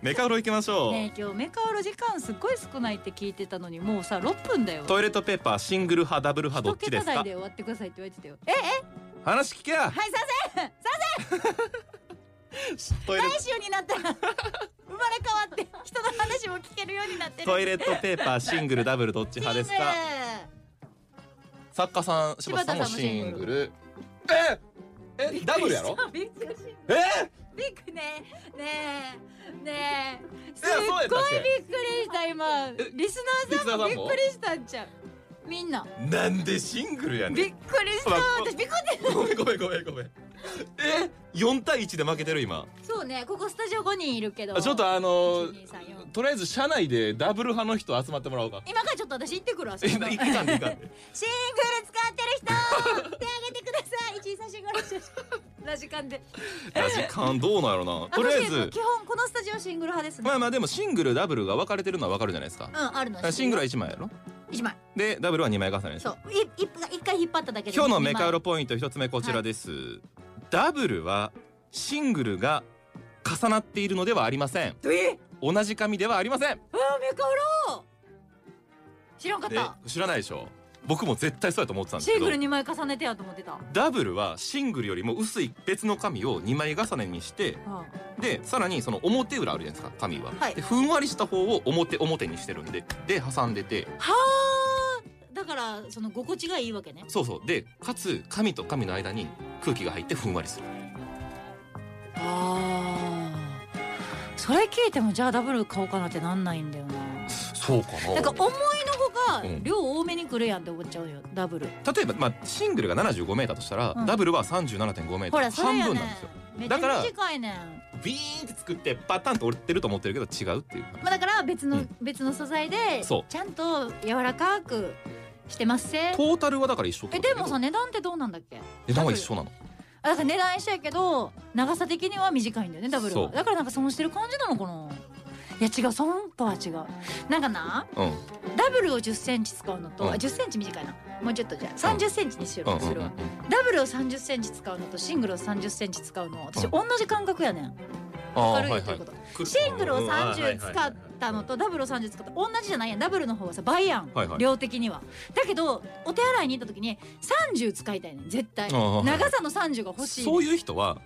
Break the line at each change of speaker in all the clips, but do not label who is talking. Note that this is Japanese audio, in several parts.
メカウロ行きましょう、
ねえ今日メカウロ時間すっごい少ないって聞いてたのにもうさ6分だよ
トイレットペーパーシングル派ダブル派ど
一
っちで
桁
すか
台で終わってくださいって言われてたよええ
話聞けや
はい賛成賛
トイレ
成来週になった ら生まれ変わって人の話も聞けるようになってる
トイレットペーパーシングルダブルどっち派ですか作家さん柴田さんもシングルええダブルやろ
びっくりした
え
ビッグねねえねえすっ
そうや
ご
っ
い
たっけ
びっくりした今リスナーさんも
リ
び
スナーさんも
っくりしたんちゃうみんな
なんでシングルやね
び
ん
っくりした
ほら
私びっくり
ごめんごめんごめんごめんえ4対1で負けてる今
そうねここスタジオ5人いるけど
あちょっとあの
1 2 3 4
とりあえず社内でダブル派の人集まってもらおうか
今からちょっと私行ってく るわそ
え
こ
い
シ
か
ングル
ん
使
でいかんで
ってる人手挙げてください一二三四五六七八ラジカンで
ラジカンどうなんやろなとりあえ
私
ず
基本このスタジオシングル派ですね
まあまあでもシングルダブルが分かれてるのは分かるじゃないですか
うんあるの
シングル
は
は1枚やろ
一枚
でダブルは2枚重ねです
そうい一一回引っ張っただけで
今日のメカウ
ロ
ロポイント一つ目こちらです、ダブルはシングルが重なっているのではありません
え
同じ紙ではありません
あメカウロ知らんかっ
で
た
知らないでしょ僕も絶対そうやと思ってたんです
シ
け
ン
ど
グル2枚重ねてやと思ってた、
ダブルはシングルよりも薄い別の紙を2枚重ねにしてでさらにその表裏あるじゃないですか紙は、
はい
でふんわりした方を表表にしてるんでで挟んでて
はあだからその心地がいいわけね
そうそうでかつ紙と紙の間に空気が入ってふんわりする
あーそれ聞いてもじゃあダブル買おうかなってなんないんだよな
そうか
なんか思いのほ
う
か
ん
量多めにくるやんって思っちゃうよダブル
例えば、まあ、シングルが75メーターとしたら、
うん
ダブルは37.5メータ
ほ
ー
らそれ
半
やね
分
ん
なんですよ
めっち
だから
ゃ短いねん
ビーンって作ってパタンと折ってると思ってるけど違うっていう
まあだから別の、
うん
別の素材で
そう
ちゃんと柔らかくしてますせ
トータルはだから一緒って
え
ことだ
で
けど
もさ値段ってどうなんだっけ
値段は一緒なの
あだから値段一緒やけど長さ的には短いんだよねダブル
そ
は
う
だからなんか損してる感じなのかないや違う損とは違うなんかな
うん
ダブルを1 0ンチ使うのと、
うん
あ1 0ンチ短いなもうちょっとじゃあ3 0ンチにしよ
うん
う
う
と
んう
す
ん
る
う
わ、
ん
ダブルを3 0ンチ使うのとシングルを3 0ンチ使うの私
うん
同じ感覚やねん
あ
わか
ー
る
は
よ
い
と
は
いう
い
こと、シングルを30使ったのとダブルを30使った同じじゃないやんダブルの方はさ倍やん、
はいはい
量的にはだけどお手洗いに行った時に30使いたいねん絶対
あーはい
長さの30が欲しいねん
そういう人は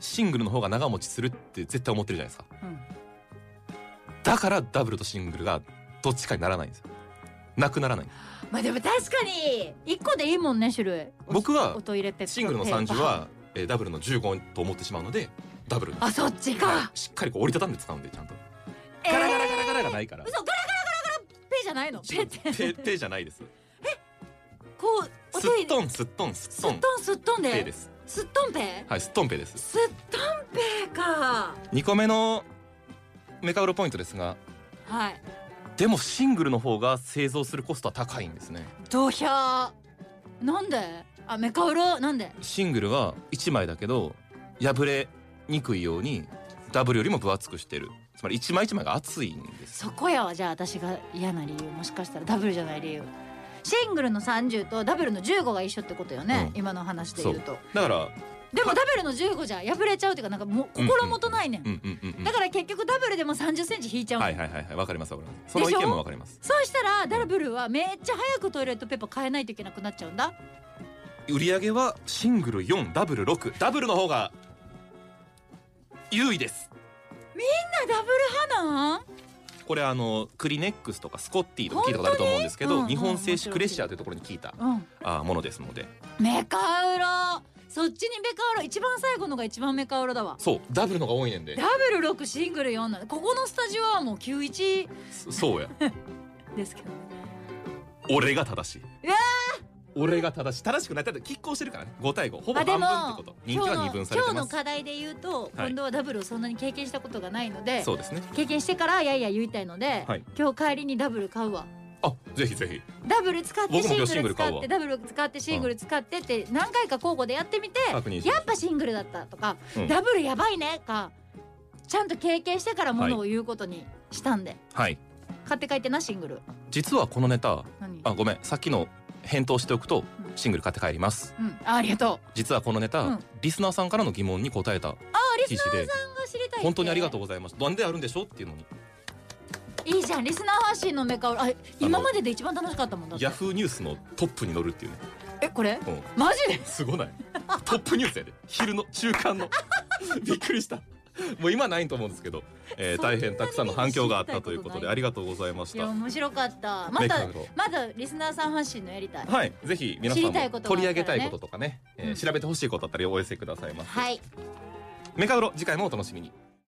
シングルの方が長持ちするって絶対思ってるじゃないですか、
うん
だからダブルとシングルがどっちかにならないんですよなくならない
まあでも確かに一個でいいもんね種類
僕は
おトイレペッパー
シングルの30は、えーダブルの15と思ってしまうのでダブルに
あそっちか、
はいしっかりこう折りたたんで使うんでちゃんと
えー
ガラガラガラガラがないから、
嘘ガラガラガラガラペじゃないのペっ
手
て
手じゃないです
こうお
す
手入
っ
れ
とんすっとんすっと
すっ
ん
とんすっとん
ペ
で
です
すっとんペ
はいすっとんペです
すっとんペか
2個目のメカウロポイントですが
はい
でもシングルの方が製造するコストは高いんですね
ドヒャーなんであメカウロなんで
シングルは1枚だけど破れにくいようにダブルよりも分厚くしてるつまり1枚1枚が厚いんです
そこやわじゃあ私が嫌な理由もしかしたらダブルじゃない理由シングルの30とダブルの15が一緒ってことよね、
うん
今の話で言うと
だから
でもダブルの15じゃ破れちゃうっていうかなんかもう心もとないねん
うんうんうん
だから結局ダブルでも3 0ンチ引いちゃ
う
うんの、
はいはいはいはいわかりますわかりますその意
でしょ
見もわかります
そうしたらダブルはめっちゃ早くトイレットペーパー変えないといけなくなっちゃうんだ
売り上げはシングル4ダブル6ダブルの方が優位です
みんなダブル派なん
これあのクリネックスとかスコッティとか聞いたことあると思うんですけど、
本当に
日
うんうん
本製紙クレッシャーというところに聞いた
うん
あものですので
メカウロそっちにメカウロ一番最後のが一番メカウロだわ
そうダブルのが多いねんで
ダブル6シングル4なんでここのスタジオはもう91
そ そうや
ですけど
俺が正しいう
わ
俺が正しい正しくないだって拮抗してるからね5対5ほぼ
まあ
半
で
分
も
ってこと人気は二分されて
今日の今
ま
日の
す
課題で言うと
はい
今度はダブルをそんなに経験したことがないので、
そうですね
経験してからやいや言いたいので、
はい
今日帰りにダブル買うわ
あぜひぜひ
ダブル使って
僕も
シン
今日
グル
シングル買
使
う
っ
わ
てダブル使ってシングル使ってって何回か交互でやってみて
確認します
やっぱシングルだったとか、
うん
ダブルやばいねかちゃんと経験してからものを言うことにしたんで、
はい
買って帰ってなシングル
実はこのネタ
何
あごめんさっきの返答しておくとシングル買って帰ります
うん、あありがとう
実はこのネタ、
うん
リスナーさんからの疑問に答えた
あリス
記
ナ
事で
ーさんが知りたたい
本当にありがとう
う
ございますなんであるんでしょうっていうのに
いいじゃんリスナー発信のメカオあ今までで一番楽しかったもんだって
ヤフーニュースのトップに乗るっていうね、
えこれ
うん、
マジです
ごない トップニュースやで昼の中間の びっくりしたもう今ないと思うんですけど、えー
そんな
大
に
変たくさんの反響があったということ
知りたいこと
で
ない
ありがとうございまし
いや
た
面白かったまた
メカオ
まだリスナーさん発信のやりたい
はいぜひ皆さん
知りたいこ
も
とが
取
あったらね
り上げたいこととかね、えー
うん
調べてほしいことあったりお寄せくださいませ、
はい
メカウロ次回もお楽しみに